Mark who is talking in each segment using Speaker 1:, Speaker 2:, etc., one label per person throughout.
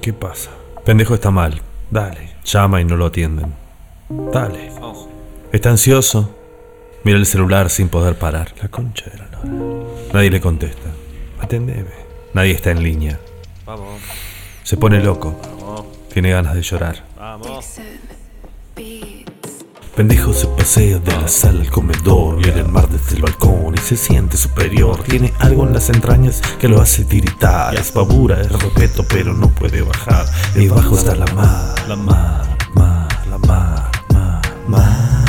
Speaker 1: ¿Qué pasa? Pendejo está mal. Dale. Llama y no lo atienden. Dale. Está ansioso. Mira el celular sin poder parar. La concha de la lora. Nadie le contesta. Atendeme. Nadie está en línea.
Speaker 2: Vamos,
Speaker 1: Se pone loco.
Speaker 2: vamos,
Speaker 1: Tiene ganas de llorar.
Speaker 2: vamos.
Speaker 1: Pendejo se pasea de la sala al comedor, mira el mar desde el balcón y se siente superior. Tiene algo en las entrañas que lo hace tiritar. Es pavura, es respeto, pero no puede bajar. Debajo está la mar, la mar, mar, la mar, mar, mar.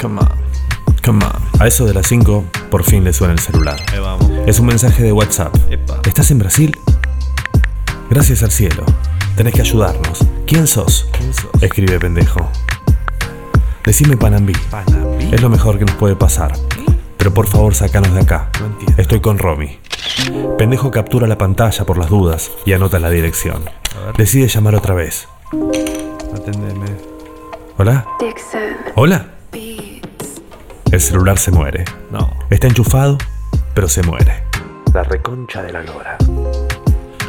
Speaker 1: Come on, come on. A eso de las 5, por fin le suena el celular.
Speaker 2: Ahí Eh, vamos.
Speaker 1: Es un mensaje de WhatsApp.
Speaker 2: Epa.
Speaker 1: ¿Estás en Brasil? Gracias al cielo. Tenés que ayudarnos. ¿Quién sos? Escribe pendejo. Decime Panambí.
Speaker 2: Panambi.
Speaker 1: Es lo mejor que nos puede pasar. Pero por favor, sacanos de acá.
Speaker 2: No entiendo.
Speaker 1: Estoy con Romy. Pendejo captura la pantalla por las dudas y anota la dirección. Decide llamar otra vez.
Speaker 2: Atendeme.
Speaker 1: ¿Hola?
Speaker 3: Dixon
Speaker 1: ¿Hola?
Speaker 3: Beats.
Speaker 1: El celular se muere.
Speaker 2: No.
Speaker 1: Está enchufado, pero se muere. La reconcha de la lora.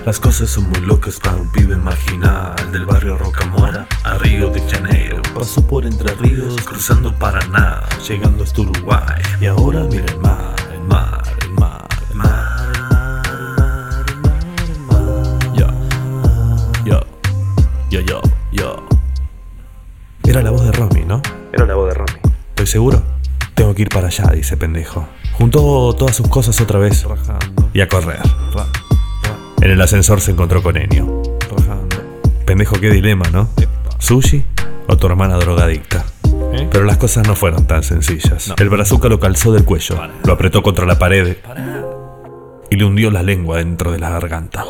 Speaker 1: Las cosas son muy locas para un pibe marginal del barrio Rocamora a Río de Janeiro. Pasó por Entre Ríos, cruzando Paraná, llegando hasta Uruguay. Y ahora mira el mar, el mar, el mar, el mar. el mar. Yo, yo, yo, yo, yo. Era la voz de Romy, ¿no? Era la voz de Romy. ¿Estoy seguro? Tengo que ir para allá, dice pendejo. Juntó todas sus cosas otra vez
Speaker 2: Rajando.
Speaker 1: y a correr.
Speaker 2: Ra, ra,
Speaker 1: En el ascensor se encontró con Enio.
Speaker 2: rajando.
Speaker 1: Pendejo, qué dilema, ¿no?
Speaker 2: Epa.
Speaker 1: ¿Sushi o tu hermana drogadicta?
Speaker 2: ¿Eh?
Speaker 1: Pero las cosas no fueron tan sencillas. El brazuca lo calzó del cuello, lo apretó contra la pared y le hundió la lengua dentro de la garganta.